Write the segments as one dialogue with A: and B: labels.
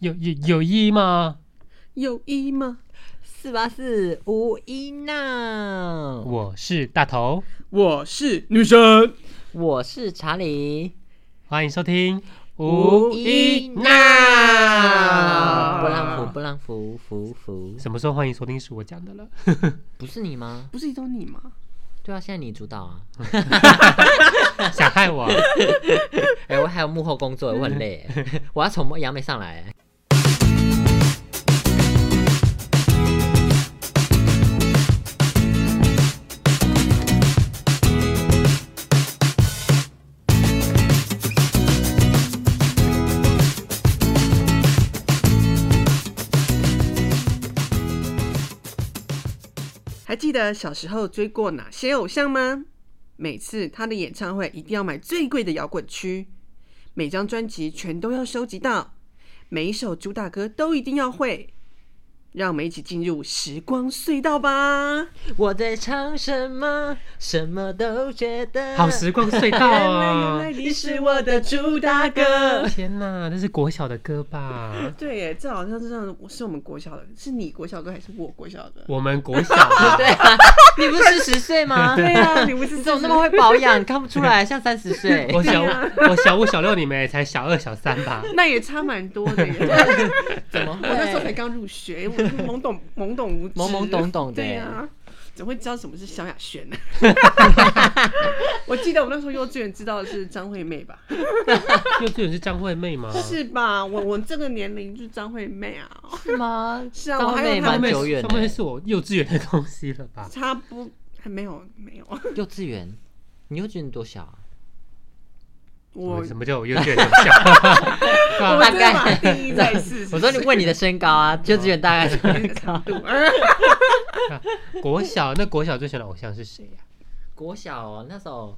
A: 有有有一吗？
B: 有一吗？
C: 四八四无一呢？
A: 我是大头，
B: 我是女神，
C: 我是查理，
A: 欢迎收听
B: 无一娜
C: 啊不让福，不让福，福福，
A: 什么时候欢迎收听是我讲的了，
C: 不是你吗？
B: 不是都你吗？
C: 对啊，现在你主导 啊。
A: 想害我啊？
C: 哎、我还有幕后工作，我很累 耶，我要从杨梅上来耶。
B: 还记得小时候追过哪些偶像吗？每次他的演唱会一定要买最贵的摇滚区，每张专辑全都要收集到，每一首主打歌都一定要会。让我们一起进入时光隧道吧！
C: 我在唱什么？什么都觉得
A: 好时光隧道啊！
B: 你是我的主打歌。
A: 天哪，这是国小的歌吧？
B: 对耶，这好像是让是我们国小的，是你国小的还是我国小的？
A: 我们国小啊
C: 对啊，你不是十岁 吗？
B: 对啊， 你不是
C: 你怎么那么会保养？看不出来，像三十岁。
A: 我小我小五小六，你们也才小二小三吧？
B: 那也差蛮多的耶。
C: 怎么会？
B: 我那时候才刚入学，我懵 懂懵懂无知，
C: 懵懵懂懂的
B: 对啊， 怎么会知道什么是萧亚轩呢？ 我记得我那时候幼稚园知道的是张惠妹吧？
A: 幼稚园是张惠妹
C: 哦
A: 吗？
B: 是吧？我我这个年龄就是张惠妹啊，
C: 是吗？
B: 是啊
C: 张
B: 我还
C: 惠
B: 有
C: 妹
B: 她
A: 张
C: 蛮
A: 惠妹
C: 久远
A: 张惠妹
C: 的，
A: 是我幼稚园的东西了吧？
B: 差不还没有没有，
C: 幼稚园。你幼稚园多小啊？
B: 我
A: 哦什么叫我幼稚园的东西 啊？
B: 我
C: 大
B: 真的把
C: 概，
B: 第一再试
C: 我说你问你的身高 啊，幼稚园大概是多
B: 那个
C: 高
B: 长？度，
A: 国小那国小最喜欢的偶像是谁呀、
C: 国小哦那时候，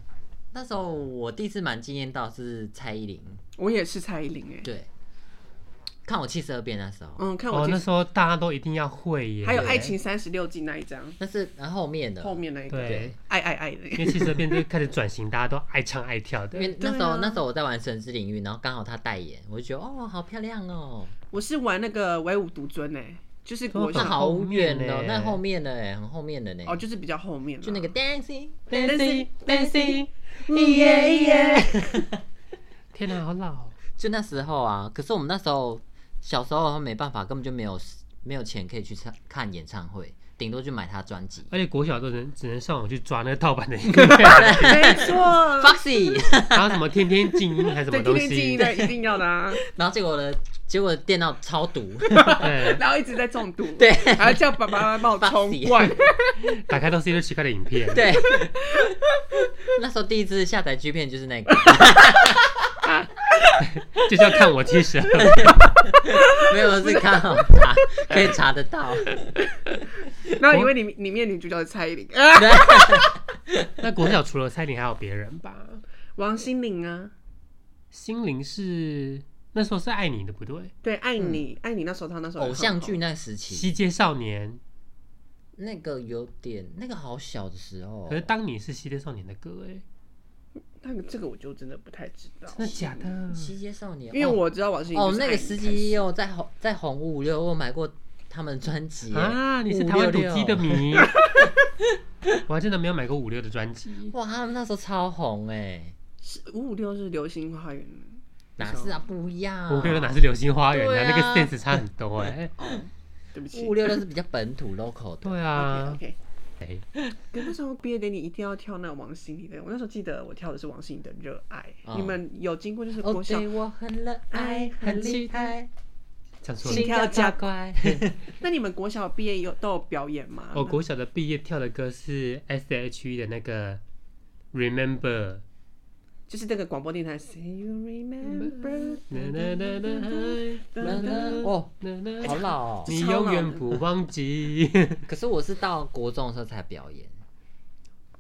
C: 那时候我第一次蛮惊艳到是蔡依林，
B: 我也是蔡依林哎，
C: 对，看我七十二变那时候，
B: 嗯，看
A: 哦
B: 我，
A: 那
B: 这
A: 时候大家都一定要会耶。
B: 还有《爱情三十六计》那一张，
C: 那是然后后面的，
B: 后面那一个，
A: 对，
B: 爱爱爱的 那
A: 因
B: 个，
A: 为汽车变就开始转型，大家都爱唱爱跳
C: 因
A: 的。
C: 为那时
B: 对
C: 候
B: 啊
C: 那时候我在玩神之领域，然后刚好她代言，我就觉得哦好漂亮哦，
B: 我是玩那个唯舞独尊哎，就是国
C: 那
A: 哇
B: 小。
C: 好远
A: 后面
C: 哦
A: 呢，
C: 那后面的哎，很后面的呢，
B: 哦，就是比较后面啦，
C: 就那个 dancing
B: Dancing,
C: dancing，
B: 耶耶，
A: 天哪，好老哦！
C: 就那时候啊，可是我们那时候小时候没办法，根本就没有没有钱可以去唱看演唱会，顶多就买她专辑。
A: 而且国小都能只能上网去抓那个盗版的音乐，
B: 没 错，
C: Foxy，
A: 然后什么天天静音还是什
B: 对，
A: 么
B: 天
A: 东
B: 天静
A: 西
B: 音，的一定要的啊，
C: 然后结果呢？结果电脑超毒，
A: 对，
B: 然后一直在中毒，
C: 对
B: 还要叫爸爸妈妈帮我冲罐，
A: 打开都是一堆奇怪的影片。
C: 对。 那时候第一次下载 G 片就是那个，
A: 就像看我其实
C: 没有是刚好查可以查得到。
B: 然后因为里里面女主角是蔡依林，啊
C: 对
A: 那国小除了蔡依林还有别人吧？
B: 王心凌啊，
A: 心灵是那时候是爱你的不对，
B: 对，爱你，爱你那时候她那时候
C: 嗯偶像剧
B: 很红，
C: 那时期，
A: 西街少年。
C: 那个有点那个好小的时候
A: 可，是当你是西街少年的歌哎，
B: 那个这个我就真的不太知道，
A: 真的假的？
C: 西街少年，
B: 因为
C: 哦
B: 我知道王心凌
C: 哦
B: 就是
C: 那
B: 爱
C: 个
B: 你
C: 司
B: 开始
C: 机又在红在红五五六，我有买过他们专辑欸耶
A: 啊，你是台湾土鸡的 迷，我还真的没有买过五六的专辑。
C: 哇，他们那时候超红哎，
B: 是五五六是流星花园，
C: 哪是啊？不一样，
A: 五六哪是流星花园
C: 对
A: 啊？
C: 啊
A: 那个 sense 差很多 哎。
B: 对不起，
C: 五六都是比较本土 local 的，哦
A: 对啊
B: OK，
A: 哎
B: 可那时候毕业典礼一定要跳那王心凌的，我那时候记得我跳的是王心凌的《热爱》
C: 哦
B: 你们有经过就是
C: 哦
B: 国，小
C: 对我很热爱，很厉害，
A: 讲错
B: 心
A: 了。
B: 跳加
C: 快。
B: 那你们国小毕业有都有表演吗？
A: 我哦国小的毕业跳的歌是 S.H.E 的那个 Remember。
B: 就是那个广播电台，Say you remember，
A: 嗯
C: 哦，好老哦！
A: 你永远不忘 记。
C: 可是我是到国中的时候才表演，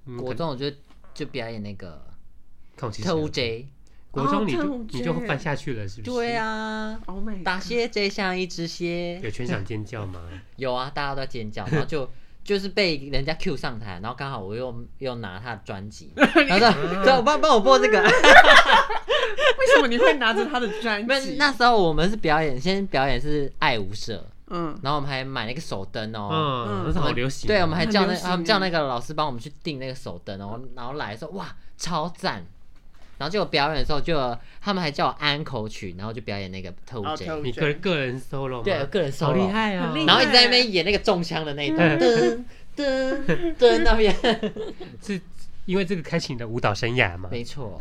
A: 嗯
C: 国中我就就表演那个
A: 看我其实
C: 特务 J。
A: 国中你
B: 哦特
A: 就
B: 务
A: 你就
B: J
A: 翻下去了，是不是？
C: 对。啊，
B: ，Oh my，
C: 打
B: God
C: 蝎 J 像一 只蝎，
A: 有全场尖叫吗？
C: 有啊，大家都在尖 叫，然后就就是被人家 Q 上台，然
B: 嗯
C: 后刚好我又又拿他的专辑，然后说：“走，帮帮我播这个。”
B: 为什么你会拿着他的专
C: 不是
B: 辑？
C: 那时候我们是表演，先表演是爱无赦，
B: 嗯，
C: 然后我们还买那个手灯哦、
A: 嗯，那是好流行。
C: 对，我们还叫
B: 很
C: 那
B: 流行
C: 我们叫那个老师帮我们去订那个手灯，然后然后来说哇超赞，然后就表演的时候就有他们还叫我安口曲，然后就表演那个特务 J，、
B: 哦
A: 你个人个人 solo 吗
C: 对，个人 solo，
A: 好厉害哦
B: 很厉害，
C: 然后一直在那边演那个中枪的那一段，
B: 嗯
C: 噔噔噔那边，
A: 是因为这个开启你的舞蹈生涯吗？
C: 没错。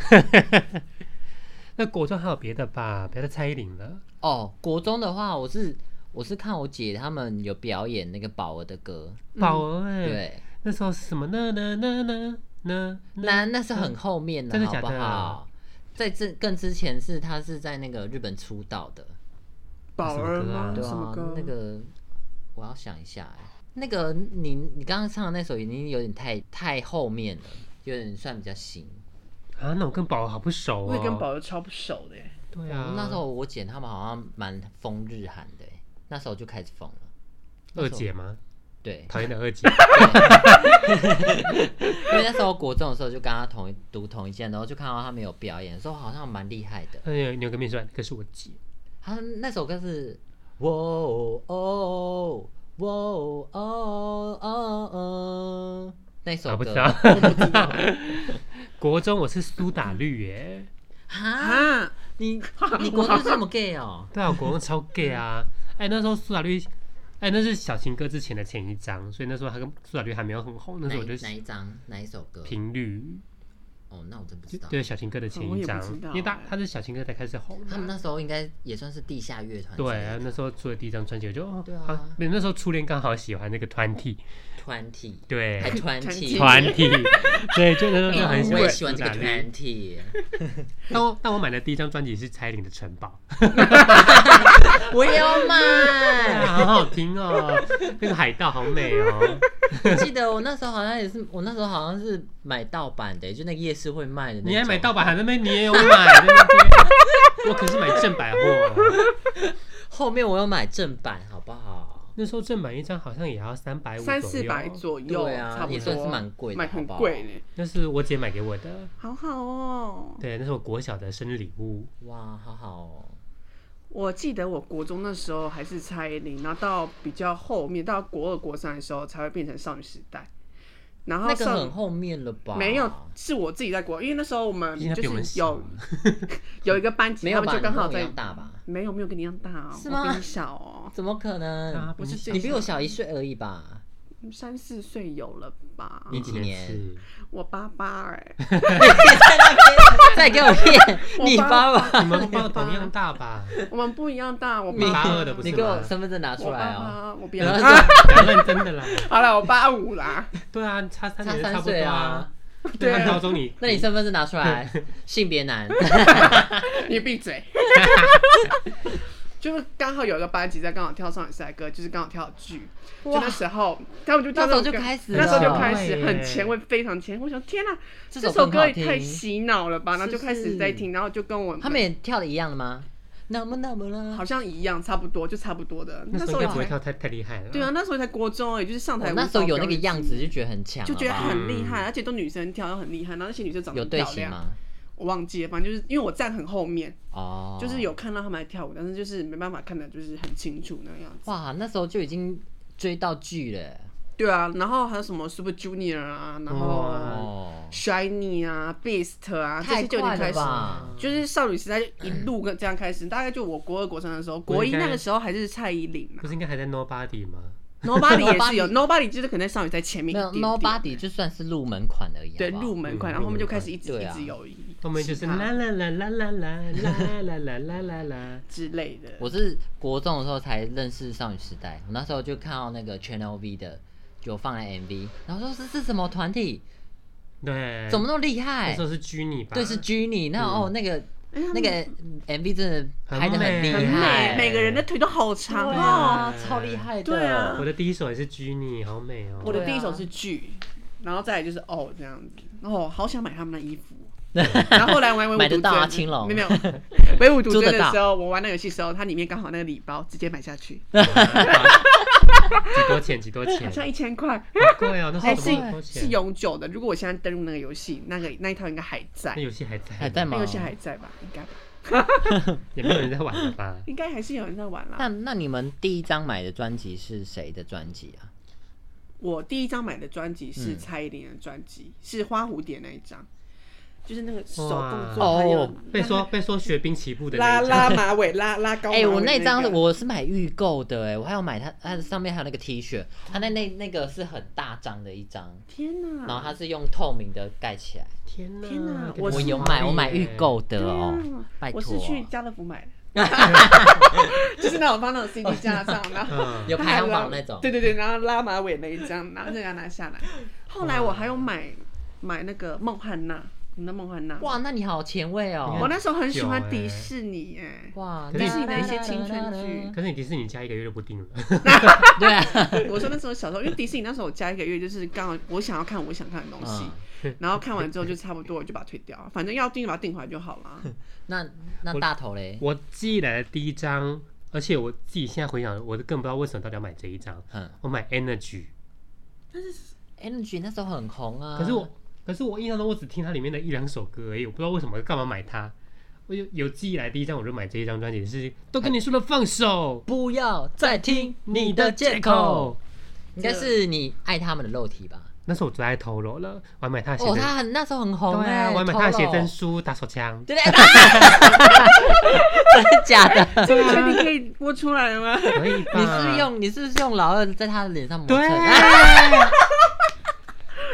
A: 那国中还有别的吧？别的蔡依林了，
C: 哦，国中的话，我是我是看我姐他们有表演那个宝儿的歌，
A: 宝儿哎，
C: 嗯对，
A: 那时候是什么呢呢呢呢呢？
C: 那那是很后面
A: 真
C: 的，
A: 的
C: 好
A: 假
C: 不
A: 的
C: 好？在这更之前是她是在那个日本出道的，
B: 宝儿吗？
A: 那
C: 对
B: 哦什么
C: 啊
B: 歌？，
C: 那个我要想一下欸，那个你你刚刚唱的那首已经有点太太后面了，有点算比较新。
A: 啊，那我跟宝儿好不熟哦。
B: 我也跟宝儿超不熟的耶。
A: 对啊
C: 我，那时候我姐他们好像蛮疯日韩的欸，那时候就开始疯了。
A: 二姐吗？
C: 对，
A: 讨厌的二 姐，
C: 因为那时候国中的时候就跟他同一读同一届，然后就看到他们有表演，说好像蛮厉害的。
A: 那你有跟面说，那个是我姐。
C: 他那首歌是哇哦哦哇哦哦哦哦那首
A: 啊，不
C: 歌
A: 知道，国中我是苏打绿耶，
C: 啊，
B: 啊，
C: 你你国中是这么 gay 哦？
A: 对啊，我国中超 gay 啊！
C: 嗯
A: 哎，那时候苏打绿，哎，那是小情歌之前的前一张，所以那时候他跟苏打绿还没有很红，那
C: 哪
A: 时候
C: 一
A: 我就
C: 哪一张哪一首歌？
A: 频率，
C: 哦，那我真不知道。
A: 对小情歌的前一张
B: 哦我也不知，道
A: 因为他他是小情歌才开始红
C: 哎他们
A: 的。
C: 那时候应该也算是地下乐团之类
A: 对
C: 的，
A: 那时候出了第一张专辑，我就哦
C: 对啊，
A: 好没有那时候初恋刚好喜欢那个团体，
C: 团体
A: 对
C: 还团
B: 团
C: 体
B: 体
A: 团体， 对，就那时候就很
C: 哎
A: 喜
C: 我也
A: 欢
C: 喜欢这个
A: 苏打绿
C: 团体，
A: 但我但我买的第一张专辑是蔡依林的《城堡》，
C: 我也要
A: 对
C: 买。
A: 啊，好好听哦，那个海盗好美 哦。
C: 我记得我那时候好像也是，我那时候好像是买盗版的，就那个夜市会卖的那种。
A: 你还买盗版，还在那边你也有买在那边，我可是买正版货。哦
C: 后面我有买正版，好不好？
A: 那时候正版一张好像也要三哎百五，
B: 三四百左右，
C: 对啊
B: 差不多
C: 也算是蛮贵的
B: 蛮
C: 好
B: 很
C: 不好
B: 贵呢，
A: 那是我姐买给我的，
B: 好好哦。
A: 对，那是我国小的生日礼物。
C: 哇，好好哦。
B: 我记得我国中那时候还是蔡依林，然后到比较后面，到国二、国三的时候才会变成少女时代。然后
C: 那个
B: 少
C: 很后面了吧？
B: 没有，是我自己在国，因为那时候我们
A: 毕竟她比我们
B: 就是
A: 小
B: 有 有一个班级，
C: 没
B: 他
C: 有
B: 们
C: 吧？
B: 就刚好
C: 你
B: 在
C: 跟我一样大吧？
B: 没有没有跟你一样大哦，
C: 是吗
B: 我比你小哦，
C: 怎么可能
A: 啊？
B: 我是最
C: 你比我小一岁而 已吧？
B: 三四岁有了吧？
C: 你几年
A: 是？
B: 我八八哎，
C: 再给我骗
B: 我，
C: 你
B: 爸
C: 发吧。
A: 你们跟我同样大 吧？
B: 我们不一样大，我
A: 你
B: 八
A: 82的不是
C: 你
A: 吗
C: 给我身份证拿出
B: 我
C: 来
B: 爸
C: 哦。
B: 爸，我不
C: 然
B: 要
C: 后。
B: 啊
C: 说
A: 讲认真的啦。
B: 好了，我八五啦。
A: 对啊，差三
C: 差
A: 年就差
C: 三
A: 不
C: 岁
A: 多
C: 啊
A: 啊。。
B: 对啊
A: 那高中你
C: 那你身份证拿出来， 性别男。
B: 你闭嘴。就是刚好有一个班级在刚好跳少女时代歌，就是刚好跳剧，就那时候他们就跳
C: 那时候
B: 这个
C: 就开始
B: 那时候就
A: 了
B: 开始
A: 对
B: 很前卫，非常前卫。我想天哪，
C: 这
B: 这
C: 首
B: 首
C: 更好
B: 歌也太
C: 听
B: 洗脑了吧！然后就是开始在
C: 是
B: 听，然后就跟我
C: 他们也跳的一样的吗？那么那么了，
B: 好像一样，差不多就差不多的。
A: 那时候应
B: 候也
A: 该不会
B: 才
A: 跳太太厉害了。
B: 对啊，，那时候才国中而已，就是上台舞
C: 我哦那时候
B: 蹈
C: 有
B: 表
C: 那个
B: 演
C: 样
B: 集，
C: 子就觉得很强，
B: 就觉得
C: 好不好
B: 很厉害，而且都女生跳又很厉害，然后那些女生长得
C: 有
B: 很
C: 队
B: 漂
C: 形
B: 亮。
C: 吗？
B: 我忘记了，反正就是因为我站很后面，
C: 哦，
B: 就是有看到他们在跳舞，但是就是没办法看的，就是很清楚那个样子。
C: 哇，那时候就已经追到剧了
B: 对啊，然后还有什么 Super Junior 啊，然后
C: 哦，
B: Shiny 啊，Beast 啊，这
C: 太
B: 些就已经
C: 快
B: 开
C: 了
B: 始，
C: 吧！
B: 就是少女时代就一路跟这样开始，大概就我国二国三的时候，
A: 不是
B: 国一
A: 应该
B: 那个时候还是蔡依林嘛
A: 不是应该还在 Nobody 吗？
B: ，Nobody 也是有 Nobody 就是可能在少女在前面
C: 没有
B: 一点点，
C: Nobody 啊就算是入门款而已，
B: 对
C: 好不好
B: 入门款，
A: 嗯
B: 然后后面就开始一直
C: 入门
B: 一
C: 款
B: 直有一
A: 后面就是
B: 其他
A: 啦啦啦啦啦啦啦啦啦啦啦 啦。
B: 之类的，
C: 我是国中的时候才认识少女时代，我那时候就看到那个 Channel V 的有放了 MV，然后说这是什么团体，
A: 对，
C: 怎么那么厉
A: 那
C: 害
A: 时？候哎是 Jenny 吧？
C: 对，是 Jenny，那哦那个
B: 哎呀
C: 那个 MV 真的拍
A: 很
C: 的很
A: 美
C: 厉
B: 很美
C: 害，，
B: 每个人的腿都好长
C: 对
B: 哦。
C: 啊，超厉害的，
B: 对啊
A: 我的第一首也是 Jenny，好美哦。
B: 我的第一
C: 对啊
B: 首是剧，然后再来就是哦这样子，哦好想买他们的衣 服。然后后来玩唯
C: 买
B: 舞
C: 得
B: 独
C: 到啊
B: 尊，
C: 青龙
B: 没有没有唯 舞独尊
C: 租得
B: 的
C: 到
B: 时候，我玩那个游戏的时候，它里面刚好那个礼包直接买下去，
A: 几多钱？几多钱
B: 好？像一千块，
A: 好贵哦，那
C: 好
A: 时候
C: 贵
A: 多
B: 是
A: 钱？
B: 永久的。如果我现在登录那个游戏，那个那一套应该还在
A: 那，游戏还在吗，
C: 还在
B: 那
C: 吗
B: 个？游戏还在吧？应该吧
A: 也没有人在玩了 吧？
B: 应该还是有人在玩啦。
C: 那那你们第一张买的专辑是谁的专辑啊？
B: 我第一张买的专辑是
C: 嗯
B: 蔡依林的专辑，是花蝴蝶那一张，就是那个手动
C: 哇
B: 作，还有
C: 哦
A: 被说被说学兵齐步的
B: 拉
A: 那一张
B: 拉马尾，拉拉高马尾
C: 哎、
B: 个。
C: 我那张我是买预购的、哎，我还有买它，它上面还有那个 T 恤，它那那那个是很大张的一张，
B: 天
C: 然后
B: 哪！
C: 它是用透明的盖起来。
A: 天哪！
B: 天哪
A: 给
B: 我
A: 你
C: 我
B: 是
C: 有
A: 好
C: 买，
A: 运
C: 我买
A: 耶
C: 预购的哦
B: 对啊，
C: 拜
B: 我
C: 托。
B: 是去家乐福 买的， 就是那种放那种 CD 架上，然后
A: 嗯，
C: 有排行榜那种。
B: 对对对，然后拉马尾那一张，然后就给它拿下来。后来我还有买买那个梦汉娜，你的梦汉娜，
C: 嗯哇，那你好前卫
B: 我
C: 哦！
B: 那时候很喜
A: 久
B: 欢
A: 欸
B: 迪士尼耶，
C: 哇，
A: 可是
B: 迪士尼的一些青春剧
A: 可是你迪士尼加一个月就不定了，
C: 对啊，
B: 我说那时候小时候，因为迪士尼那时候我加一个月，就是刚好我想要看我想看的东
C: 啊
B: 西，然后看完之后就差不多我就把它退掉，反正要订就把它订回来就好 了。
C: 那那
A: 我
C: 大头嘞，
A: 我记忆来的第一张，而且我自己现在回想，我更不知道为什么到底要买这一张。
C: 嗯
A: 我买 Energy，
C: ，Energy 那时候很红啊。
A: 可是我，可是我印象中我只听它里面的一两首歌而已，我不知道为什么干嘛买它。我有有记忆来第一张我就买这一张专辑，是都跟你说了放手，
C: 不要再听
A: 你的借口。。
C: 应该是你爱他们的肉体吧？
A: 那时候我最爱透露了，我还买他的写
C: 哦，
A: 真，
C: 他很那时候很红
A: 对啊，
C: 哎，
A: 我还买他的写
C: Tolo
A: 真书、打手枪。
C: 对不对？ 真的假的？
B: 这个
A: 啊
B: 确定可以播出来了吗？
A: 可以吧？
C: 你是不是用你是不是用老二在他的脸上抹
A: 嗯对，
C: 蹭？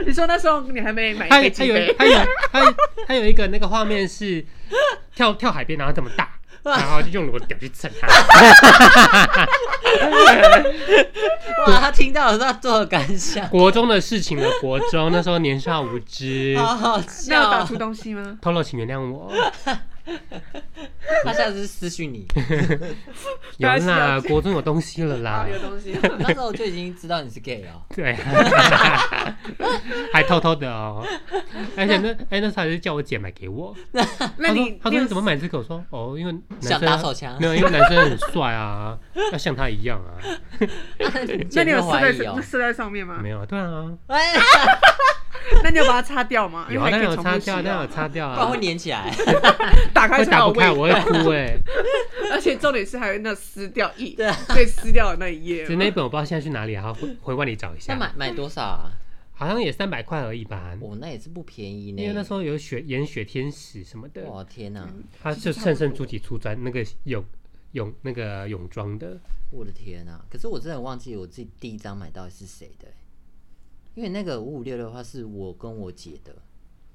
B: 你说那时候你还没买
A: 他
B: 飞
A: 有
B: 机
A: 他有
B: 杯，
A: 他有他有他有一个那个画面是跳跳海边，然后这么大，然后就用我的屌去蹭他。
C: 哇，他听到了他作何感想？
A: 国中的事情了，国中那时候年少无知。
C: 好好
B: 那有
C: 笑
B: 打
C: 哦
B: 出。东西 吗？
A: 透露，请原谅我。
C: 他下次私讯你，
A: 有
B: 不要
A: 啦，
B: 笑
A: 国中有东西了啦
B: 啊，。有东西。
C: 那时候我就已经知道你是 gay 了。
A: 对，还偷偷的哦。而且那哎，那时候还是叫我姐买给我。
B: 那
A: 他说
B: 你
A: 他说你
B: 你有
A: 怎么买这个？我说哦，因为男生
C: 想打手枪
A: 没有，因为男生很帅啊，要像他一样啊。
B: 那
C: 那
B: 你有射在
C: 怀 疑哦
B: 那？射在上面吗
A: 没？有，对啊，
C: 哎，
B: 那你有把它擦掉吗？
A: 有啊，
B: 因
A: 当然
B: 为还
A: 有
B: 可以
A: 擦
B: 重复
A: 掉，
B: 使
A: 当然有
B: 用
A: 擦掉
C: 不然
A: 啊
C: 会。粘起来。
B: 打开
A: 会
B: 出来
A: 打
B: 有
A: 不
B: 味
A: 开，我会
B: 道，
A: 哭 哎。
B: 而且重点是还有那撕掉一
C: 对啊，
B: 被撕掉的那一页
A: 其实。那一本我不知道现在去哪里啊，回回万里找一
C: 那
A: 下。
C: 买买多少啊？
A: 好像也三百块而已吧。
C: 我那也是不便宜呢。
A: 因哎为那时候有雪演雪天使什么的，
C: 我天哪，
A: 他就趁胜出击出专那个泳泳那个泳装的，
C: 我的天哪！可是我真的忘记我自己第一张买到底是谁的欸，因为那个五五六六的话是我跟我姐的。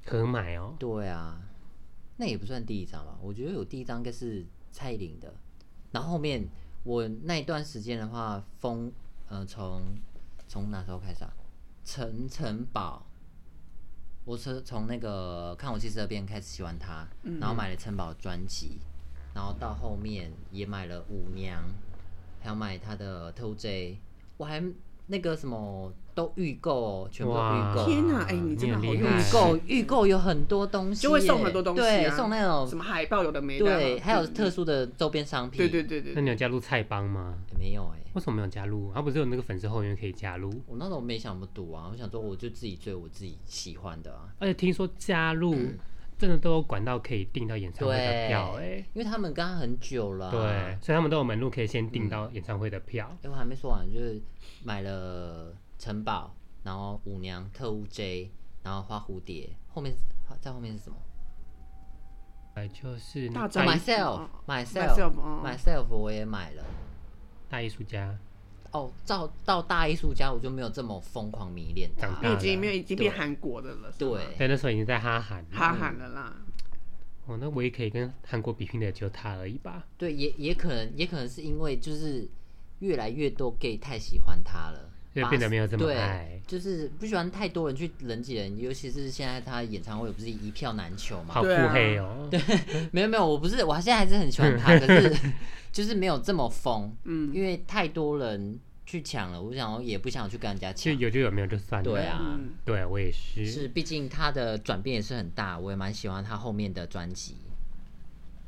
A: 可买哦。
C: 对啊，那也不算第一张吧？我觉得有第一张应该是蔡依林的，然后后面我那一段时间的话，风呃从从哪时候开始啊？陈城堡，我是从那个看我汽车变开始喜欢他，然后买了城堡专辑，然后到后面也买了舞娘，还有买他的偷 J，我还那个什么都预购哦，全部都预购。
B: 天哪哎你真的
A: 很
B: 好
A: 厉
B: 厉
A: 害
B: 害
C: 预购预购有很多东西耶，
B: 就会送很多东西啊
C: 对，送那
B: 什
C: 种
B: 么海报有的没的啊，
C: 对，还有
B: 嗯
C: 特殊的周边商品。
B: 对对对对
A: 那你有加入菜帮吗？
C: 欸没有哎、
A: 为什么没有加入？啊他不是有那个粉丝后援可以加入？
C: 我那时候没想那么多啊，我想说我就自己追我自己喜欢的啊。
A: 而且听说加入
B: 嗯
A: 真的都有管道可以订到演唱会的票哎、
C: 对，因为他们刚刚很久了、啊哎
A: 对，所以他们都有门路可以先
B: 嗯
A: 订到演唱会的票。
C: 哎、我还没说完，就是买了城堡，然后舞娘、特务 J，然后花蝴蝶，后面在后面是什么
A: 呃，就是
B: 大众
A: 大艺
C: ？Myself
B: 哦
C: myself
B: 哦
C: myself 我也买了。
A: 大艺术家，
C: 哦，到到大艺术家我就没有这么疯狂迷恋他
A: 长大
B: 哦你已经没有
A: 了
B: 已经变韩国的了，是吗
C: 对
A: 对，那时候已经在哈韩了。
B: 哈韩了啦。
A: 哦，那唯一可以跟韩国比拼的只有他而已吧？
C: 对，也也可能，也可能是因为就是越来越多 gay 太喜欢他了，
A: 就
C: 把
A: 变得没有这么
C: 对
A: 爱
C: 就是不喜欢太多人去人挤人，尤其是现在他演唱会不是一票难求嘛
A: 好？腹
B: 对啊
A: 黑哦。
C: 没有没有，我不是，我现在还是很喜欢 他，可是就是没有这么疯，
B: 嗯
C: 因为太多人去抢了，我想要也不想去跟人家
A: 其
C: 抢
A: 实， 有就有，没有就算了。
C: 对啊，
B: 嗯，
A: 对我也是。
C: 是毕竟他的转变也是很大，我也蛮喜欢他后面的专辑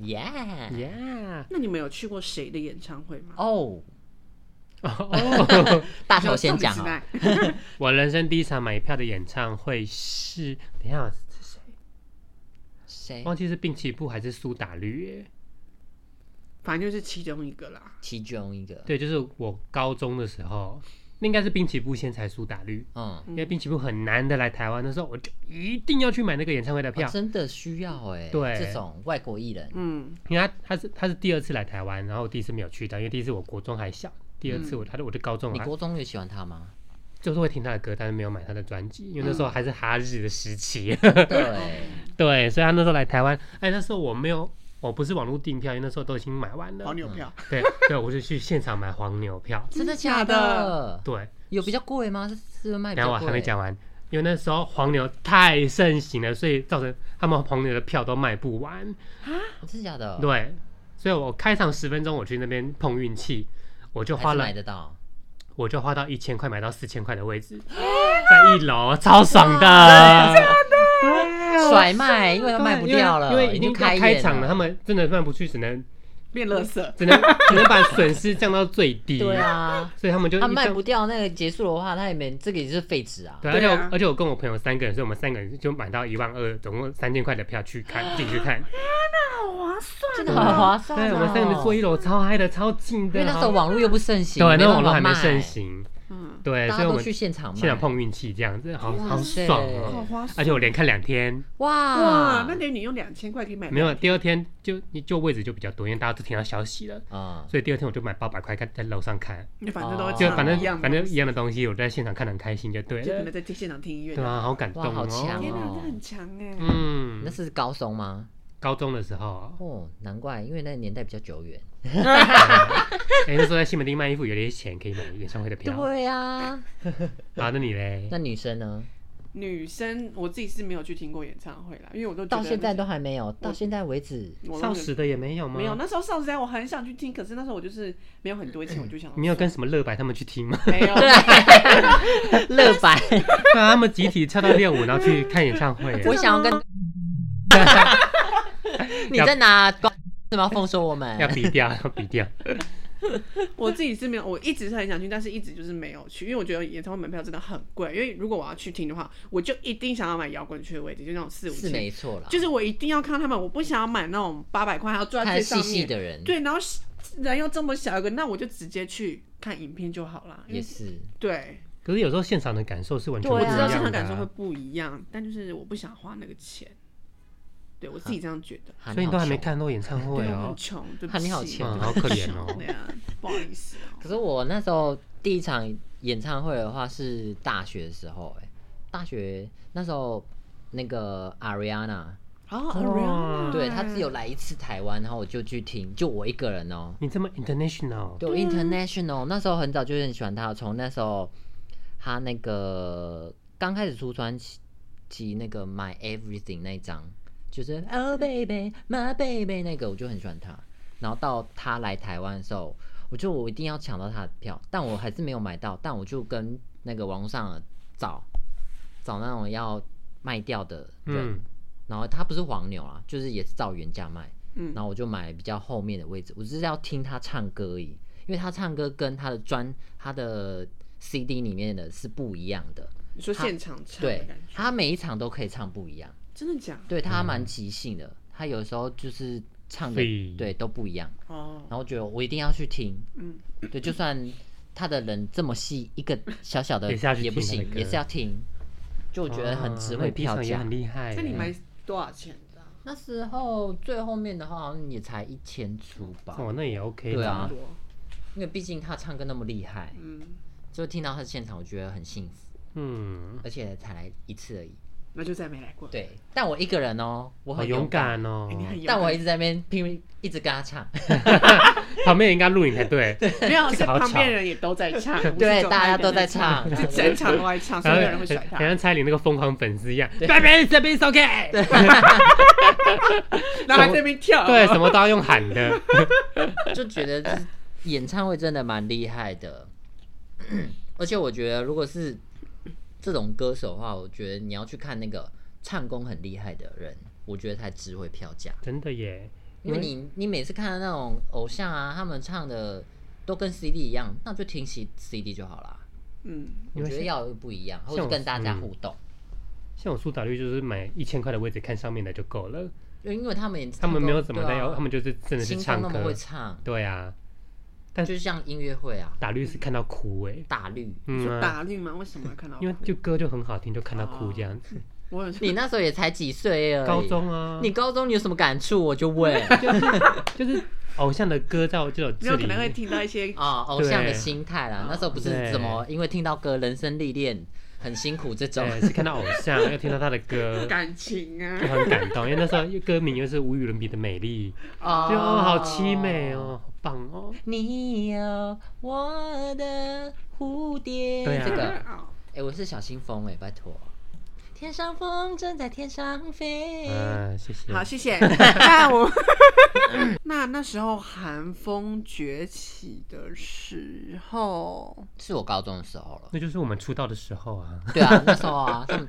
C: ，Yeah，
A: Yeah，
B: 那你们有去过谁的演唱会吗？
C: 哦，
A: 哦，
C: 大头先讲
B: 少女时
C: 啊，
B: 代
A: 我人生第一场买票的演唱会是，等一下 是谁？
C: 谁？
A: 忘记是滨崎步还是苏打绿耶？
B: 反正就是其中一个啦。
C: 其中一个，
A: 对，就是我高中的时候，那应该是滨崎步先才苏打绿，
C: 嗯，
A: 因为滨崎步很难得来台湾的时候，我就一定要去买那个演唱会的票
C: 哦，真的需要哎，
A: 对
C: 这种外国艺人，
B: 嗯，
A: 因为他他是他是第二次来台湾，然后第一次没有去到，因为第一次我国中还小，第二次我他的我的高中
C: 你
A: 还
C: 国中有喜欢 他吗？
A: 就是会听他的歌，但是没有买他的专辑，因为那时候还是哈日的时期，
C: 嗯对，
A: 对，所以他那时候来台湾，哎，那时候我没有，我不是网络订票，因为那时候都已经买完了
B: 黄，牛票
A: 对嗯对，我就去现场买黄牛 票，
C: 真的
B: 假
C: 假
B: 的
C: 的？
A: 对，
C: 有比较贵吗？是是不是卖比
A: 然后我
C: 较
A: 还没
C: 贵？
A: 讲完，因为那时候黄牛太盛行了，所以造成他们黄牛的票都卖不完，
C: 真的假的？
A: 对，所以我开场十分钟我去那边碰运气，我就
C: 还
A: 花
C: 是
A: 了
C: 买得到，
A: 我就花到一千块买到四千块的位置， 在一楼，超爽的。
C: 甩卖，因为他卖不掉了，
A: 啊因为因为已经
C: 经
A: 开
C: 开业
A: 场了，
C: 了，
A: 他们真的卖不去，只能
B: 变垃圾，
A: 只能只能把损失降到最低。
C: 对，啊，
A: 所以他们就
C: 他
A: 一
C: 卖
A: 张
C: 不掉，那个结束的话，他也没这个也是废纸啊。
A: 对，而
B: 对啊
A: 且我而且我跟我朋友三个人，所以我们三个人就买到一万二，总共三千块的票去
C: 啊
A: 看，自己去 看。
C: 真的好划算、哦。
A: 对，我们三个人坐一楼，超嗨的，超近
C: 因
A: 的。
C: 为那时候网络又不盛行，
A: 对，啊那
C: 没办
A: 网络
C: 法
A: 还没
C: 卖
A: 盛，行。
B: 嗯，
A: 对，
C: 大
A: 所以我
C: 家都
A: 们
C: 去现场卖
A: 现场碰运气，这样子好好
C: 哇塞
A: 爽哦。
B: 花
A: 而且我连看两天，
C: 哇
B: 哇，那等于你用两千块可以买 到
A: 没有，第二天就你就位置就比较多，因为大家都听到消息了，
C: 啊、
A: 所以第二天我就买八百块，看在楼上看，
B: 你反正都
C: 哦
A: 就
B: 唱
A: 反正
B: 一样嘛
A: 反正一样的东西，我在现场看得很开心就对
B: 就可
A: 了
B: 能，在现场听音乐。
A: 对啊，好感动
C: 哇好强
A: 哦。
B: 天哪，
C: 哦
B: 这很强哎！
A: 嗯
C: 那，是高中吗？
A: 高中的时候，
C: 哦，难怪，因为那个年代比较久远。
A: 哎，那时候在西门町卖衣服，有点钱可以买演唱会的票。啊，
C: 对 啊，
A: 那你嘞？
C: 那女生呢？
B: 女生我自己是没有去听过演唱会啦，因为我都觉得
C: 到现在都还没有，到现在为止，
B: 我都
A: 少时的也没有吗？
B: 没有，，那时候少时代啊我很想去听，可是那时候我就是没有很多钱，我就想
A: 你有跟什么乐白他们去 听吗？
B: 没有，
C: 乐白，
A: 对啊，他们集体跳到练舞，然后去看演唱会。
C: 我想要跟。 你在哪？什么封锁我们？
A: 要比掉，要比掉。
B: 我自己是没有，我一直是很想去，但是一直就是没有去，因为我觉得演唱会门票真的很贵。因为如果我要去听的话，我就一定想要买摇滚区的位置，就那种四五
C: 是
B: 千，
C: 没错啦，
B: 就是我一定要看到他们，我不想要买那种八百块还要坐在
C: 看
B: 最上
C: 细
B: 面
C: 细的人，
B: 对，然后人又这么小一个，那我就直接去看影片就好啦。因为
C: 也是。
B: 对，
A: 可是有时候现场的感受是完全不
B: 我
A: 一
C: 对啊
B: 知
A: 样的。
B: 道现场感受会不一样，但就是我不想花那个钱。对我自己这样觉得，
C: 哈
A: 所以你都还没
C: 好
A: 看过演唱会
B: 对我
A: 哦
B: 很？穷，对不
C: 啊
B: 起，
C: 你好欠
A: 嗯好可怜哦
B: 对啊，不好意思哦。
C: 可是我那时候第一场演唱会的话是大学的时候、欸，大学那时候那个 Ariana，、
B: 好，Ariana，
C: 哦对她只有来一次台湾，然后我就去听，就我一个人哦、
A: 你这么 international，
C: 对我，International，、那时候很早就很喜欢她，从那时候她那个刚开始出专辑那个 My Everything 那一张，就是 Oh baby, my baby 那个，我就很喜欢她。然后到她来台湾的时候，我就我一定要抢到她的票，但我还是没有买到，但我就跟那个网络上找找那种要卖掉的人，
A: 嗯
C: 然后他不是黄牛啊，就是也是照原价卖。
B: 嗯
C: 然后我就买比较后面的位置，我只是要听他唱歌而已，因为他唱歌跟他的专他的 CD 里面的是不一样的。
B: 你说现场唱的
C: 对
B: 感觉，
C: 他每一场都可以唱不一样，
B: 真的假的？
C: 对他蛮即兴
B: 嗯
C: 的，他有时候就是唱的
A: 嘿
C: 对都不一样，
B: 哦
C: 然，后我觉得我一定要去听，
B: 嗯，
C: 对，就算他的人这么细，一个小小的
A: 也是要去
C: 也不
A: 听他的
C: 行，
A: 歌
C: 也是要听，就我觉得很值
A: 哦
C: 回
A: 那第一
C: 票
A: 场也
C: 价
A: 很。厉害。
B: 那你买多少钱的啊？
C: 那时候最后面的话好像也才一千出吧，
A: 哦，那也 OK。
C: 对
B: 差
C: 啊
B: 不多，
C: 因为毕竟他唱歌那么厉害，
B: 嗯，
C: 就听到他的现场，我觉得很幸福，
A: 嗯，
C: 而且才来一次而已。
B: 那就再没来过。
C: 对，但我一个人哦，我
A: 好
C: 很
A: 勇
C: 敢，
A: 敢哦
B: 哎，！你很有，
C: 但我一直在那边拼命，一直跟 他唱，
A: 旁边人应该录影才 对。
B: 没有，是
A: 好
B: 旁
A: 吵
B: 边人也都在 唱，不是只
C: 对，
B: 有
C: 大
B: 他一
C: 家
B: 个
C: 都
B: 人
C: 在，唱，
B: 就整场都在唱，所
A: 然
B: 有
A: 后
B: 人会甩
A: 很
B: 他，
A: 像蔡琳那个疯狂粉丝一样，这边这边 OK，
B: 然后还在那边跳。
A: 对，什么都要用喊的。
C: 就觉得这演唱会真的蛮厉害的。 而且我觉得，如果是这种歌手的话，我觉得你要去看那个唱功很厉害的人，我觉得才值回票价。
A: 真的耶，
C: 因为你你每次看到那种偶像啊，他们唱的都跟 CD 一样，那就听 C CD 就好啦。
B: 嗯，
A: 因
C: 我
A: 为
C: 觉得
A: 像
C: 要有不一样，或
A: 像
C: 者
A: 我
C: 跟大家
A: 嗯
C: 互动，
A: 像我苏打绿就是买一千块的位置看上面的就够了，
C: 因为他们
A: 他们没有怎么
C: 对
A: 在
C: 啊
A: 要，他们就是真的是
C: 新
A: 唱
C: 风那么
A: 歌
C: 会，唱，
A: 对啊，但
C: 就是像音乐会啊，
A: 打绿是看到哭哎、
C: 大绿。
A: 嗯
B: 就
A: 啊，
B: 打绿吗？为什么要看到哭？
A: 因为就歌就很好听，就看到哭这样子。
B: 我有
C: 你那时候也才几岁而已，
A: 高中啊，
C: 你高中你有什么感触？我就 问
A: 就是偶像的歌到这种
B: 没
A: 这
B: 有可能会
A: 里，
B: 听到一 些
C: 啊，偶像的心态啦
B: 对。
C: 那时候不是
A: 对
C: 怎么因为听到歌人生历练很辛苦这种，
A: 对，是看到偶像，要听到他的 歌，
B: 感情
A: 就
B: 啊，
A: 很感动。因为那时候歌名又是无与伦比的美丽，
C: 哦
A: 就哦好凄美哦，。好棒哦。
C: 你有我的蝴蝶，
A: 对啊
C: 这个
B: 哦
C: 哎，我是小清风哎，拜托。天上风筝在天上飞，
A: 嗯，谢谢。
B: 哦好，谢谢。 那我那那时候韩风崛起的时候，
C: 是我高中的时候了。
A: 那就是我们出道的时候啊，
C: 对啊， 那时候啊，他们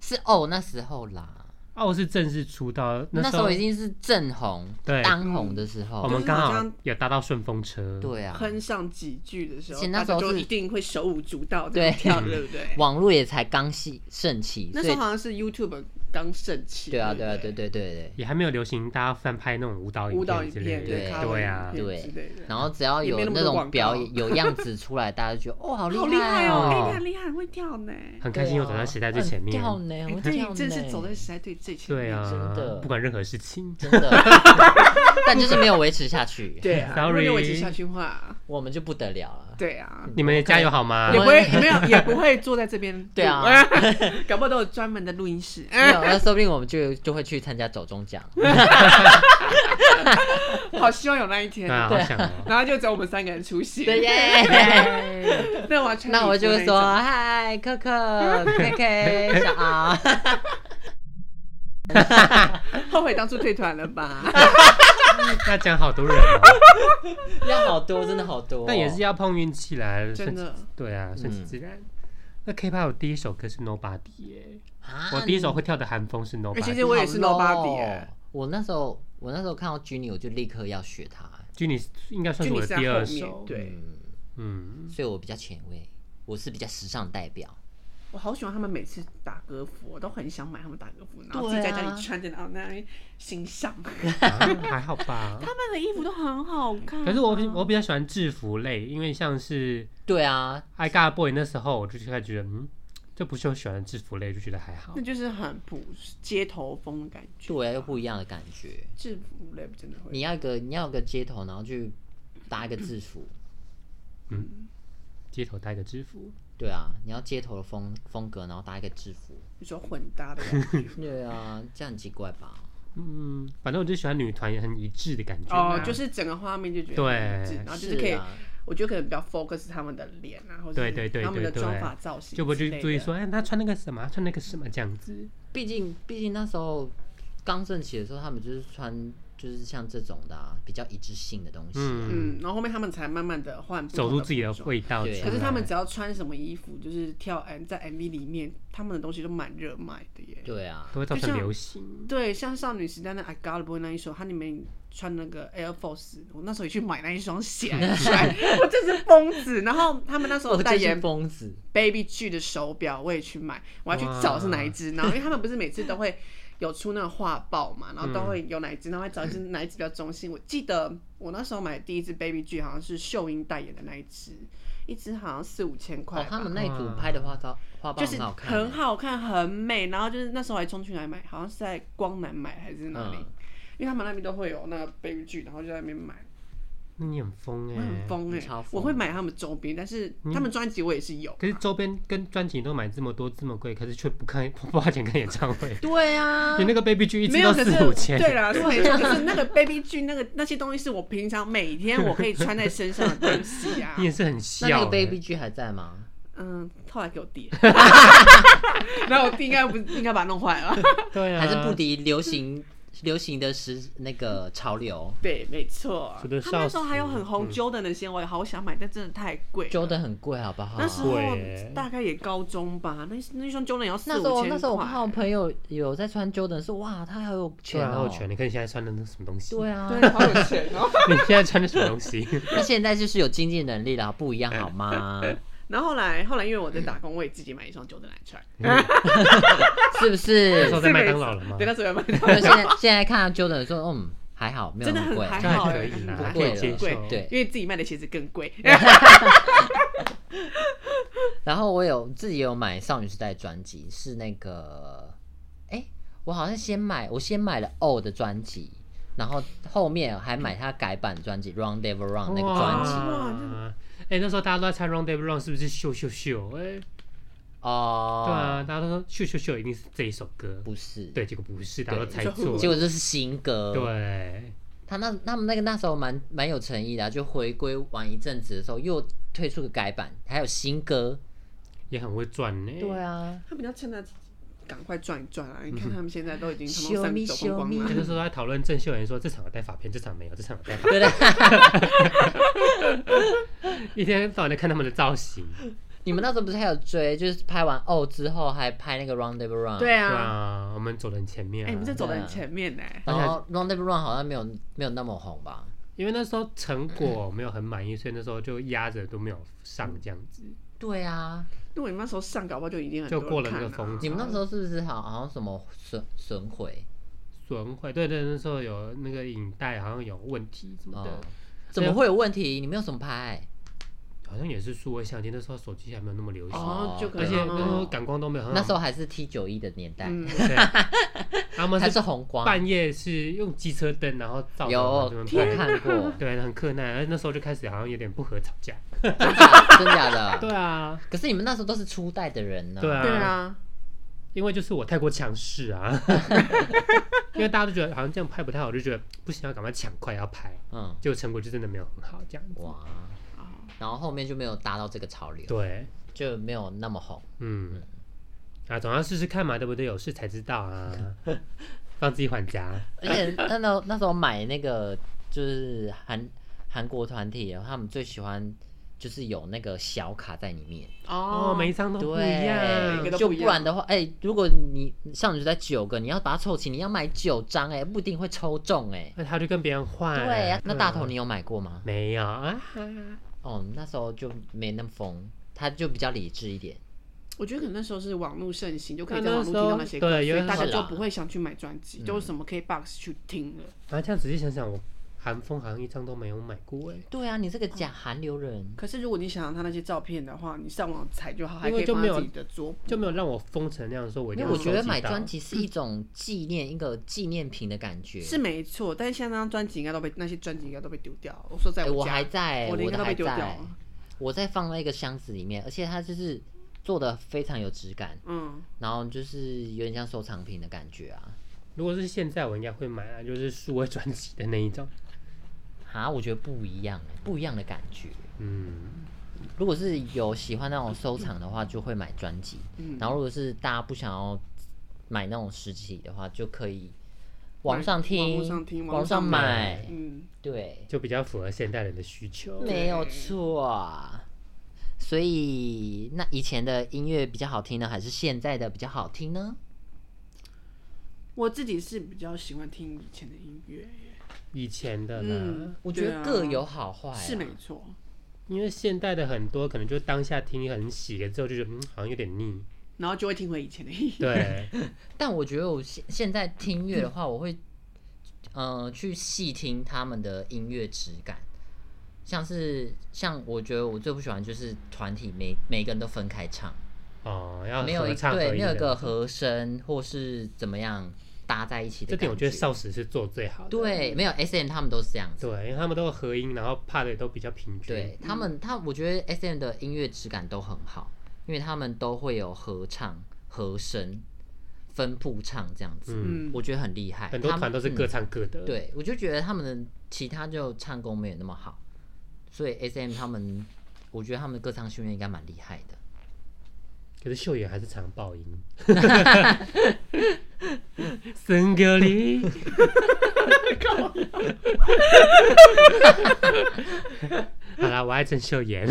C: 是哦那时候啦。
A: 哦，是正式出道
C: 那
A: 时
C: 时
A: 候
C: 候已经是正红、
A: 对
C: 当红的时候，
A: 我们
B: 就是好
A: 刚好
B: 像
A: 有搭到顺风车，，
C: 对啊，
B: 哼上几句的时候，
C: 是
B: 大
C: 那时
B: 家
C: 候
B: 就是一定会手舞足蹈
C: 对
B: 在跳，对 不对？
C: 网络也才刚起盛起，
B: 那
C: 所
B: 时
C: 以
B: 候好像是 YouTube 刚盛起，
C: 对啊，
B: 不
C: 对啊，对对对
A: 也还没有流行大家翻拍那种舞蹈
B: 舞蹈影
A: 之类
B: 片，
A: 的，
C: 对
B: cover
A: 对啊
B: 影，
C: 对
B: 片之类的
C: 对。。然后只要
B: 也
C: 有
B: 没那么多
C: 种
B: 广
C: 表
B: 告
C: 演、有样子出来，大家就觉得哦，好
B: 好厉
C: 厉
B: 害哦！哎，你
C: 哦
B: 很，厉害，很会跳呢。
A: 很开心我走在时代最前面
C: 对，啊啊很跳呢，
B: 哎
C: 我，
B: 对
C: 跳，呢，
B: 真是走在时代最最前面。
A: 对啊，
C: 真的
A: 不管任何事 情，
B: 啊
C: 真的， 但就是没有维持下去，
B: 对啊，
A: Sorry
B: 如果你有维持下去的 话，
C: 我们就不得了了。
B: 对啊，
A: 你们也加油好 吗
B: 也？不
C: 我
B: 会没有，也不会坐在这边。
C: 对啊，
B: 搞不好都有专门的录音室。
C: 没有， 那说不定我们就就会去参加走中奖，
B: 好希望有那一天
A: 对。啊，好想哦。
B: 然后就只有我们三个人出席。
C: 对耶。
B: 那我要穿
C: 那我
B: 礼服
C: 就
B: 那
C: 会
B: 一
C: 说啊
B: 种，
C: 嗨，可可、K K、小啊敖，
B: 后悔当初退团了 吧？
A: 那讲好多人哦。
C: 要好多，真的好多、
A: 但也是要碰运气啦，
B: 真
A: 顺
B: 的
A: 其对啊，顺其
C: 嗯
A: 自然。那 K-pop 我第一首歌是 Nobody，耶
C: 啊
A: 我第一首会跳的韩风是
B: 哎其
A: Nobody。
B: 实我也是
C: 你好
B: nobody
C: low
B: 哎
C: 我那时候，我那时候看到 Jenny，我就立刻要学他、
A: 就你应该算是我
B: 就你
A: 的
B: 是在
A: 第
B: 后
A: 二
B: 面，
A: 首，，
B: 对
A: 嗯，
C: 所以我比较前卫，我是比较时尚代表。
B: 我好喜欢他们每次打歌服，我都很想买他们打歌服，然后自
C: 对啊
B: 己在家里穿着，然后在那边欣赏。
A: 啊还好 吧。
B: 他们的衣服都很好看啊。
A: 可是我比我比较喜欢制服类，因为像是
C: 对啊，
A: I Got Boy 那时候，我就开始觉得，嗯，这不是我喜欢的制服类，就觉得还好
B: 那。就是很朴街头风的感觉，
C: 对啊，又不一样的感觉。
B: 制服类真的会
C: 你要一个，你要有个街头，然后去搭一个制服。
A: 街头搭一个制服，
C: 对啊，你要街头的风风格，然后搭一个制服。
B: 你说混搭的感觉
C: 对啊，这样很奇怪吧？
A: 嗯，反正我就喜欢女团也很一致的感觉啦。
B: 哦，就是整个画面就觉得
A: 对
B: 很一致然后就是可以，
C: 啊，
B: 我觉得可能比较 focus 他们的脸啊，或者
A: 对
B: 是
A: 对对
B: 他们的
A: 对对
B: 妆发造型之类的，
A: 就不去注意说，哎，她穿那个什么，穿那个什么这样子。
C: 毕竟毕竟那时候刚盛起的时候，他们就是穿就是像这种的、啊、比较一致性的东西、啊。
B: 嗯，然后后面他们才慢慢的换不
A: 走
B: 同
A: 入自己的
B: 服装
A: 味道出
C: 对
A: 来。
B: 可是他们只要穿什么衣服，就是跳 M 在 MV 里面，他们的东西都蛮热卖的耶。
C: 对啊，
A: 都会造
B: 就
A: 成
B: 像
A: 流行。
B: 对，像少女时代那 I Got a Boy 那一首，它里面穿那个 Air Force，我那时候也去买那一双鞋来穿， 我真是疯子。然后他们那时候
C: 我
B: 代
C: 就是
B: 言
C: 疯子，
B: Baby G 的手表，我也去买，我要去找是哪一
C: 啊
B: 只。然后因为他们不是每次都会有出那个画报嘛，然后都会有哪一只，然后会找一只哪一只比较中性。我记得我那时候买的第一只 Baby G 好像是秀英代言的那一只，一只好像四五千块
C: 哦
B: 吧、，
C: 他们那一组
A: 嗯
C: 拍的画照画报
B: 就是
C: 很好看、
B: 很好看，很美。然后就是那时候还冲去哪里买，好像是在光南买还是哪里，
C: 嗯
B: 因为他们那边都会有那个 baby 剧，然后就在那边买。
A: 那你很疯哎、
B: 我很疯哎、
C: 你超
B: 我
C: 疯
B: 会买他们周边，但是他们专辑我也是有。
A: 可是周边跟专辑都买这么多这么贵，可是却不看不花钱看演唱会。
C: 对啊
A: 你，那个 Baby G 一
B: 没
A: 直
B: 有，
A: 到
B: 可
A: 四
B: 是
A: 五千，
B: 对啦，是没错。可是那个 baby 剧，那个那些东西是我平常每天我可以穿在身上的东西啊
A: 你。也是很
C: 那
A: 笑、欸
C: 那个 Baby G 还在吗？
B: 嗯，后来给我 弟，然后我弟应该不应该把它弄坏了。
A: 对啊，
C: 哦还是不敌流行流行的时那个潮流
B: 对，啊没错
A: 觉得。
B: 他那
A: 笑
B: 时候还有
A: 死
B: 很红
A: 嗯
B: Jordan 的鞋，我也好想买，但真的太贵了。
C: ，Jordan 很贵，好不
A: 啊
C: 好？
B: 那时候
A: 贵耶
B: 大概也高中吧，那那双 Jordan 也要四
C: 那时
B: 五
C: 候
B: 千
C: 那时候我
B: 块
C: 看我朋友有在穿 Jordan，说哇，他好有
A: 对
C: 钱
A: 啊，好
C: 哦
A: 有，权！你看你现在穿的那什么东西？
C: 对啊，
B: 对，好有钱哦。
A: 你现在穿的什么东西？
C: 那现在就是有经济能力了，不一样好 吗？
B: 然后后来后来，因为我在打工，我也自己买一双 Jordan 来穿。
C: 是不
A: 那
C: 是
A: 时候？在麦当劳了吗
B: 对，？那时候买
C: 那现在现在看到 Jordan 说，嗯，还好，没有
B: 真的
C: 那
B: 很
C: 么贵。
B: 还
A: 这样
B: 好
A: 还
B: 哎，
A: 可以啦，
B: 很
A: 还
B: 不
A: 可
B: 贵
A: 以接
B: 贵
A: 受。
C: 对
B: 因为自己卖的鞋子更贵。
C: 然后我有自己有买少女时代专辑，是那个，哎、我好像先买，我先买了 O 的专辑，然后后面还买他改版专辑《Rendezvous Round》那个专辑。
A: 哇，哎，那时候大家都在猜 Round Table Round 是不是秀秀秀？哎，
C: 哦，
A: 对啊，，大家都说秀秀秀一定是这一首歌，
C: 不是，
A: 对，结果不是，大家都猜
B: 对
A: 错。
C: 结果这是新歌。，
A: 对，
C: 他那他们那个那时候蛮蛮有诚意的啊、就回归完一阵子的时候又推出个改版，还有新歌。
A: 也很会赚欸呢。
C: 对啊，
B: 他们要趁他赶快转一转啊！你
A: 嗯
B: 看他们现在都已经
C: Show
B: 他们
C: me,
B: 三走光
C: show
B: 光
C: me
A: 哎
B: 了。
A: 那时候在讨论郑秀文说这场有带发片， 这场没有，这场有带发
C: 对的，
A: 片，一天到晚在看他们的造型。
C: 你们那时候不是还有追，就是拍完 O 之后还拍那个《Rendezvous Round》。
B: 对
A: 对
B: 啊，
A: 啊，我们走得很前面啊。
B: 哎，你们这走的很前面呢。
C: 然后 Rendezvous Run 好像没有没有那么红吧？
A: 因为那时候成果没有很满意，所以那时候就压着都没有上这样子。
C: 对啊，
B: 如果你那时候上，搞不好就已经很多
A: 就过了
B: 人看
A: 那个风
C: 你们那时候是不是好好像什么损损毁
A: 损毁，对对，那时候有那个影带好像有问题什么的，
C: 哦？怎么会有问题？你们有什么拍？
A: 好像也是数位相机，那时候手机还没有那么流行，
B: 哦，就可
A: 而
B: 能
A: 且那时候
B: 哦
A: 感光都没有很好。
C: 那时候还是 T 九一的年代，
B: 嗯，
A: 对，他们
C: 还
A: 是
C: 是红光。
A: 半夜是用机车灯，然后照着
C: 有
A: 往
C: 我
A: 这边拍。
C: 看过，
A: 对，很困难，而那时候就开始好像有点不和吵架。
C: 真假真假的。
A: 对啊，
C: 可是你们那时候都是初代的人呢。
A: 对啊
B: 对啊，
A: 因为就是我太过强势啊， 因为大家都觉得好像这样拍不太好，就觉得不行，要赶快抢快要拍，
C: 嗯，
A: 结果成果就真的没有很好这样子。
C: 哇。
A: 哦
C: 然后后面就没有达到这个潮流，
A: 对，
C: 就没有那么 红。
A: 嗯，啊，总要试试看嘛，对不对？有事才知道 啊，帮自己啊还家。
C: 而且那时候那时候买那个就是韩韩国团体，啊他们最喜欢就是有那个小卡在里面。
A: 哦，每一张都不一
B: 每个
A: 样
B: 都，
C: 就
B: 不一样
C: 不然的话，哎、如果你像你在九个，你要把它凑齐，你要买九张，哎，不一定会抽中、
A: 那他就跟别人换。
C: 哎，对啊，那大头
A: 嗯
C: 你有买过吗？
A: 没有啊？
C: 哦，那时候就没那么疯，他就比较理智一点。
B: 我觉得可能那时候是网络盛行，就可以在
A: 啊那
B: 网络听到那些歌，
A: 时候
B: 所
A: 对有嗯
B: 以大家
C: 是
B: 就
C: 啦
B: 不会想去买专辑，都是什么 KBox 去听了。
A: 然后啊这样仔细想想，我韩风好像一张都没有买过哎，
C: 对啊，你这个假韩流人，
B: 可是如果你想要他那些照片的话，你上网采就好，还可
A: 因
B: 以
A: 为就
B: 放
A: 没有
B: 在自己的桌布。
A: 就没有让我疯成那样说，我一
C: 因
A: 定
C: 为
A: 要
C: 我觉得
A: 收集
C: 买
A: 到
C: 专辑是一种纪念，一个纪念品的感觉。
B: 嗯是没错，但是现在那张专辑应该都被那些专辑应该都被丢掉了。我说在
C: 哎，我
B: 家，
C: 还在，
B: 我的应该
C: 的
B: 都被
C: 还
B: 丢掉
C: 在
B: 了，。
C: 我在放在一个箱子里面，而且它就是做的非常有质感，
B: 嗯，
C: 然后就是有点像收藏品的感觉啊。
A: 如果是现在，我应该会买啊， 就是数位专辑的那一种。
C: 啊，我觉得不一样，欸不一样的感觉。
A: 嗯，
C: 如果是有喜欢那种收藏的话，就会买专辑；
B: 嗯
C: 然后如果是大家不想要买那种实体的话，就可以网上听、
B: 网络上听
C: 网上
B: 网上
C: 买。
B: 嗯，
C: 对，
A: 就比较符合现代人的需求。
C: 没有错。所以，那以前的音乐比较好听呢，还是现在的比较好听呢？
B: 我自己是比较喜欢听以前的音乐，
A: 以前的啦，
B: 嗯，
C: 我觉
B: 对
C: 得
B: 啊
C: 各有好坏、
B: 是没？错。
A: 因为现代的很多可能就当下听很喜了之后就觉得嗯好像有点 腻，
B: 然后就会听回以前的音乐。
A: 对，
C: 但我觉得我现现在听音乐的话，我会，呃，去细听他们的音乐质感，像是像我觉得我最不喜欢就是团体每每个人都分开唱，
A: 哦，要
C: 没有一
A: 合唱
C: 对
A: 合
C: 没
A: 音
C: 有一
A: 的
C: 个和声或是怎么样搭在一起的
A: 这
C: 感
A: 点我觉得少时是做最好的，
C: 对没有 S M 他们都是这样子，
A: 对，因为他们都有合音，然后怕的也都比较平均，
C: 对他
A: 嗯
C: 们他我觉得 S M 的音乐质感都很好，因为他们都会有合唱和声分布唱这样子，
B: 嗯，
C: 我觉得很厉害，
A: 很多
C: 他们
A: 团都是
C: 嗯
A: 各唱各的，
C: 对，我就觉得他们的其他就唱功没有那么好，所以 S M 他们，我觉得他们的歌唱训练应该蛮厉害的。
A: 可是秀妍还是常爆音。森格里，好啦，我爱郑秀妍。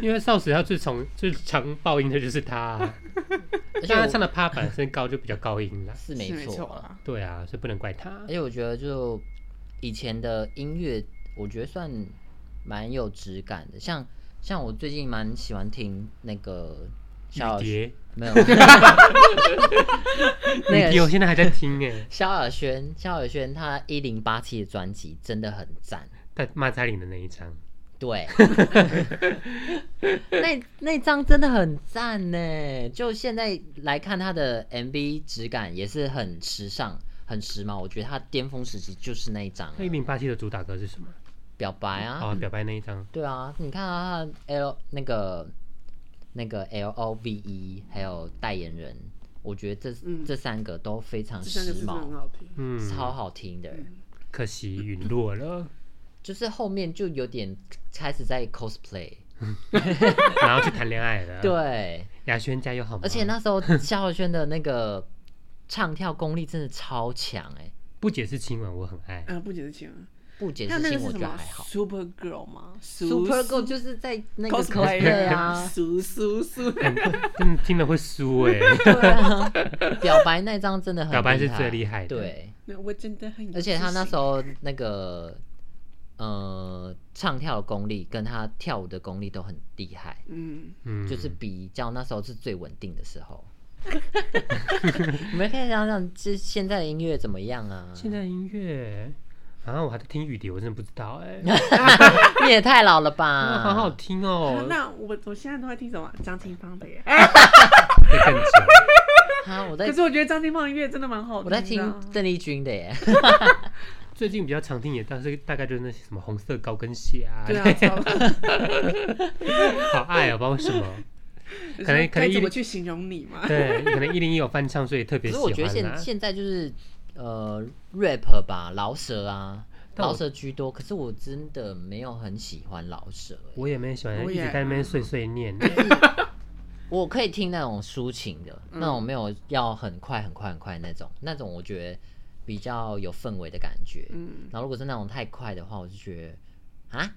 A: 因为少时要最常最常爆音的就是他、啊，
C: 而且
A: 但他
C: 我
A: 唱的趴板声高就比较高音啦。
C: 是
B: 是
C: 没
B: 没
C: 错
B: 错
C: 啊，
B: 啦。
A: 对啊，所以不能怪他
C: 而。且我觉得就以前的音乐，我觉得算蛮有质感的。像像我最近蛮喜欢听那个萧亚
A: 雨蝶，
C: 没有啊那
A: 雨
C: 个
A: 蝶，我现在还在听哎、
C: 萧亚轩，萧亚轩他一零八七的专辑真的很赞。
A: 但骂蔡琳的那一张，
C: 对，那那张真的很赞呢。就现在来看他的 MV 质感也是很时尚、很时髦。我觉得他巅峰时期就是那一张
A: 那一零八七的主打歌是什么？
C: 表白啊，
A: 哦，表白那一张，
C: 对啊，你看啊他，L 那个那个 L O V E，还有代言人，我觉得这、
B: 嗯
C: 这三个都非常
B: 这三个嗯
C: 时
B: 字真的很
C: 髦，
B: 好听。
A: 嗯，
C: 超好听的。
A: 可惜陨落了，
C: 就是后面就有点开始在 cosplay，
A: 然后去谈恋爱了。，
C: 对，
A: 雅轩加油好吗？
C: 而且那时候
A: 嗯
C: 萧亚轩的那个唱跳功力真的超强哎、
A: 不解释亲吻我很
C: 嗯
A: 爱，
B: 啊，不解释情了。
C: 不解
B: 还有那
C: 释
B: 个
C: 性
B: 是
C: 我
B: 什
C: 觉得
B: 么
C: 还好。
B: ？Super Girl 吗
C: Super Girl 就是在那个
B: cosplay
C: cosplay 啊，
B: 苏苏苏。
A: 真的听了会输 哎、
C: 对啊，表白那张真的很
A: 表白
C: 厉
A: 是最厉害的
C: 对。
B: 那我真的很有自信，
C: 而且他那时候那个呃唱跳的功力跟他跳舞的功力都很厉害，
B: 嗯，
A: 嗯，
C: 就是比较那时候是最稳定的时 候。你们可以想想，这现在的音乐怎么样啊？
A: 现在音乐。啊，我还在听雨蝶，我真的不知道 哎、
C: 你也太老了
A: 啊
C: 吧！
A: 好 好听
B: 啊
A: 哦、
B: 那我我现在都在听什么？张清芳的耶。哎
A: 会更久。
C: 啊！我
B: 可
C: 在
B: 是我觉得张清芳的音乐真的蛮好
C: 我
B: 听的
C: 在
B: 啊。
C: 听邓丽君 的耶，
A: 最近比较常听也倒是大概就是那些什么红色高跟鞋啊，
B: 对啊，超
A: 好爱哦、不知道为什么。
B: 可
A: 可能可能一
B: 怎么去形容你 嘛？
A: 对，可能一零一有翻唱，所以特
C: 可
A: 别
C: 是
A: 喜
C: 我觉得
A: 欢啊啦
C: 现。现在就是呃 rap 吧，饶舌啊，
A: 但我
C: 饶舌居多。可是我真的没有很喜欢饶舌耶，
A: 我也没喜欢，
B: 我
A: 一
B: 也
A: 直在那边碎碎念。
C: 嗯我可以听那种抒情的，
B: 嗯
C: 那种没有要很快很快很快那种，那种我觉得比较有氛围的感觉。
B: 嗯，
C: 然后如果是那种太快的话，我就觉得啊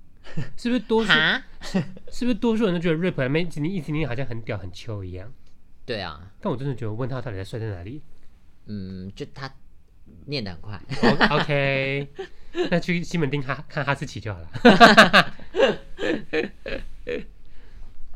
A: 是不是多数？
C: 啊，
A: 是不是多数人都觉得 rap 没你一直念好像很屌很秋一样？
C: 对啊，
A: 但我真的觉得问他到底在帅在哪里
C: 嗯，就他念得很快，
A: ？O-？OK，那 去西门町哈看哈士奇就好了。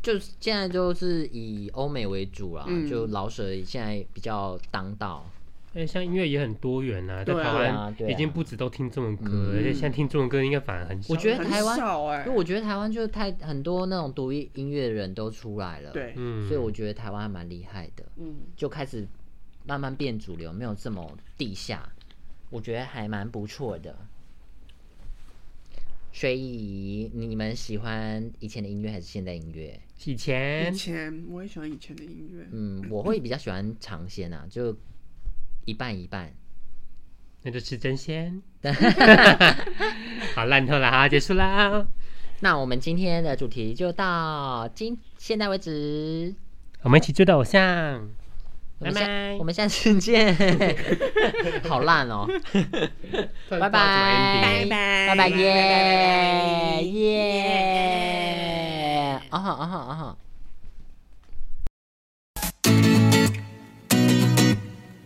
C: 就是现在就是以欧美为主啦，
B: 嗯
C: 就老舍现在比较当道，
A: 哎，像音乐也很多元啊，在
B: 对啊
A: 台
C: 对啊
A: 湾已经不止都听中文歌，
C: 嗯
A: 而且现在听中文歌应该反而很少。
C: 我觉得
B: 很
C: 台湾
B: 少哎
C: 因为，我觉得台湾就是太很多那种独立音乐人都出来了，，
B: 对，
A: 嗯，
C: 所以我觉得台湾还蛮厉害的。
B: 嗯，
C: 就开始慢慢变主流，没有这么地下，我觉得还蛮不错的。所以你们喜欢以前的音乐还是现代音乐？
A: 以前
B: 嗯以前我也喜欢以前的音乐，
C: 嗯，我会比较喜欢尝鲜啊，就一半一半。
A: 那就吃真 鲜。好烂透了，好结束啦。
C: 那我们今天的主题就到今现在为止，
A: 我们一起追到偶像，
C: 我们
A: 拜
C: 下
A: 拜
C: 我们下次见。 好烂哦，拜
B: 拜
C: 拜
B: 拜
C: 拜拜耶耶！啊哈啊哈啊哈！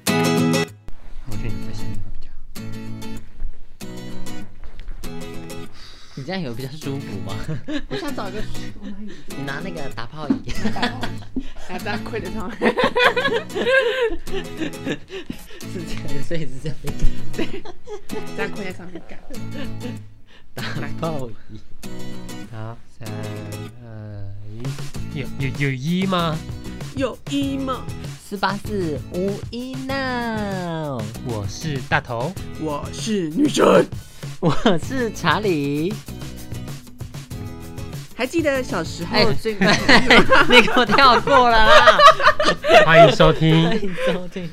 A: 我觉得你在下面会比较好。
C: 你这样有比较舒服 吗？
B: 我想找一个，我哪里
C: 你拿那个打泡椅，
B: 来大家快点上来，
C: 是这样，所以是这样
B: 大家快点上面干。
C: 打泡椅。
A: 好，三二一，有有有一吗？
B: 有一吗？
C: 四八四五一 now，
A: 我是大头，
B: 我是女神。
C: 我是查理。
B: 还记得小时候
C: 哎
B: 最美、
C: 你给我跳过了啦！
A: 欢迎收听
C: 欢迎收听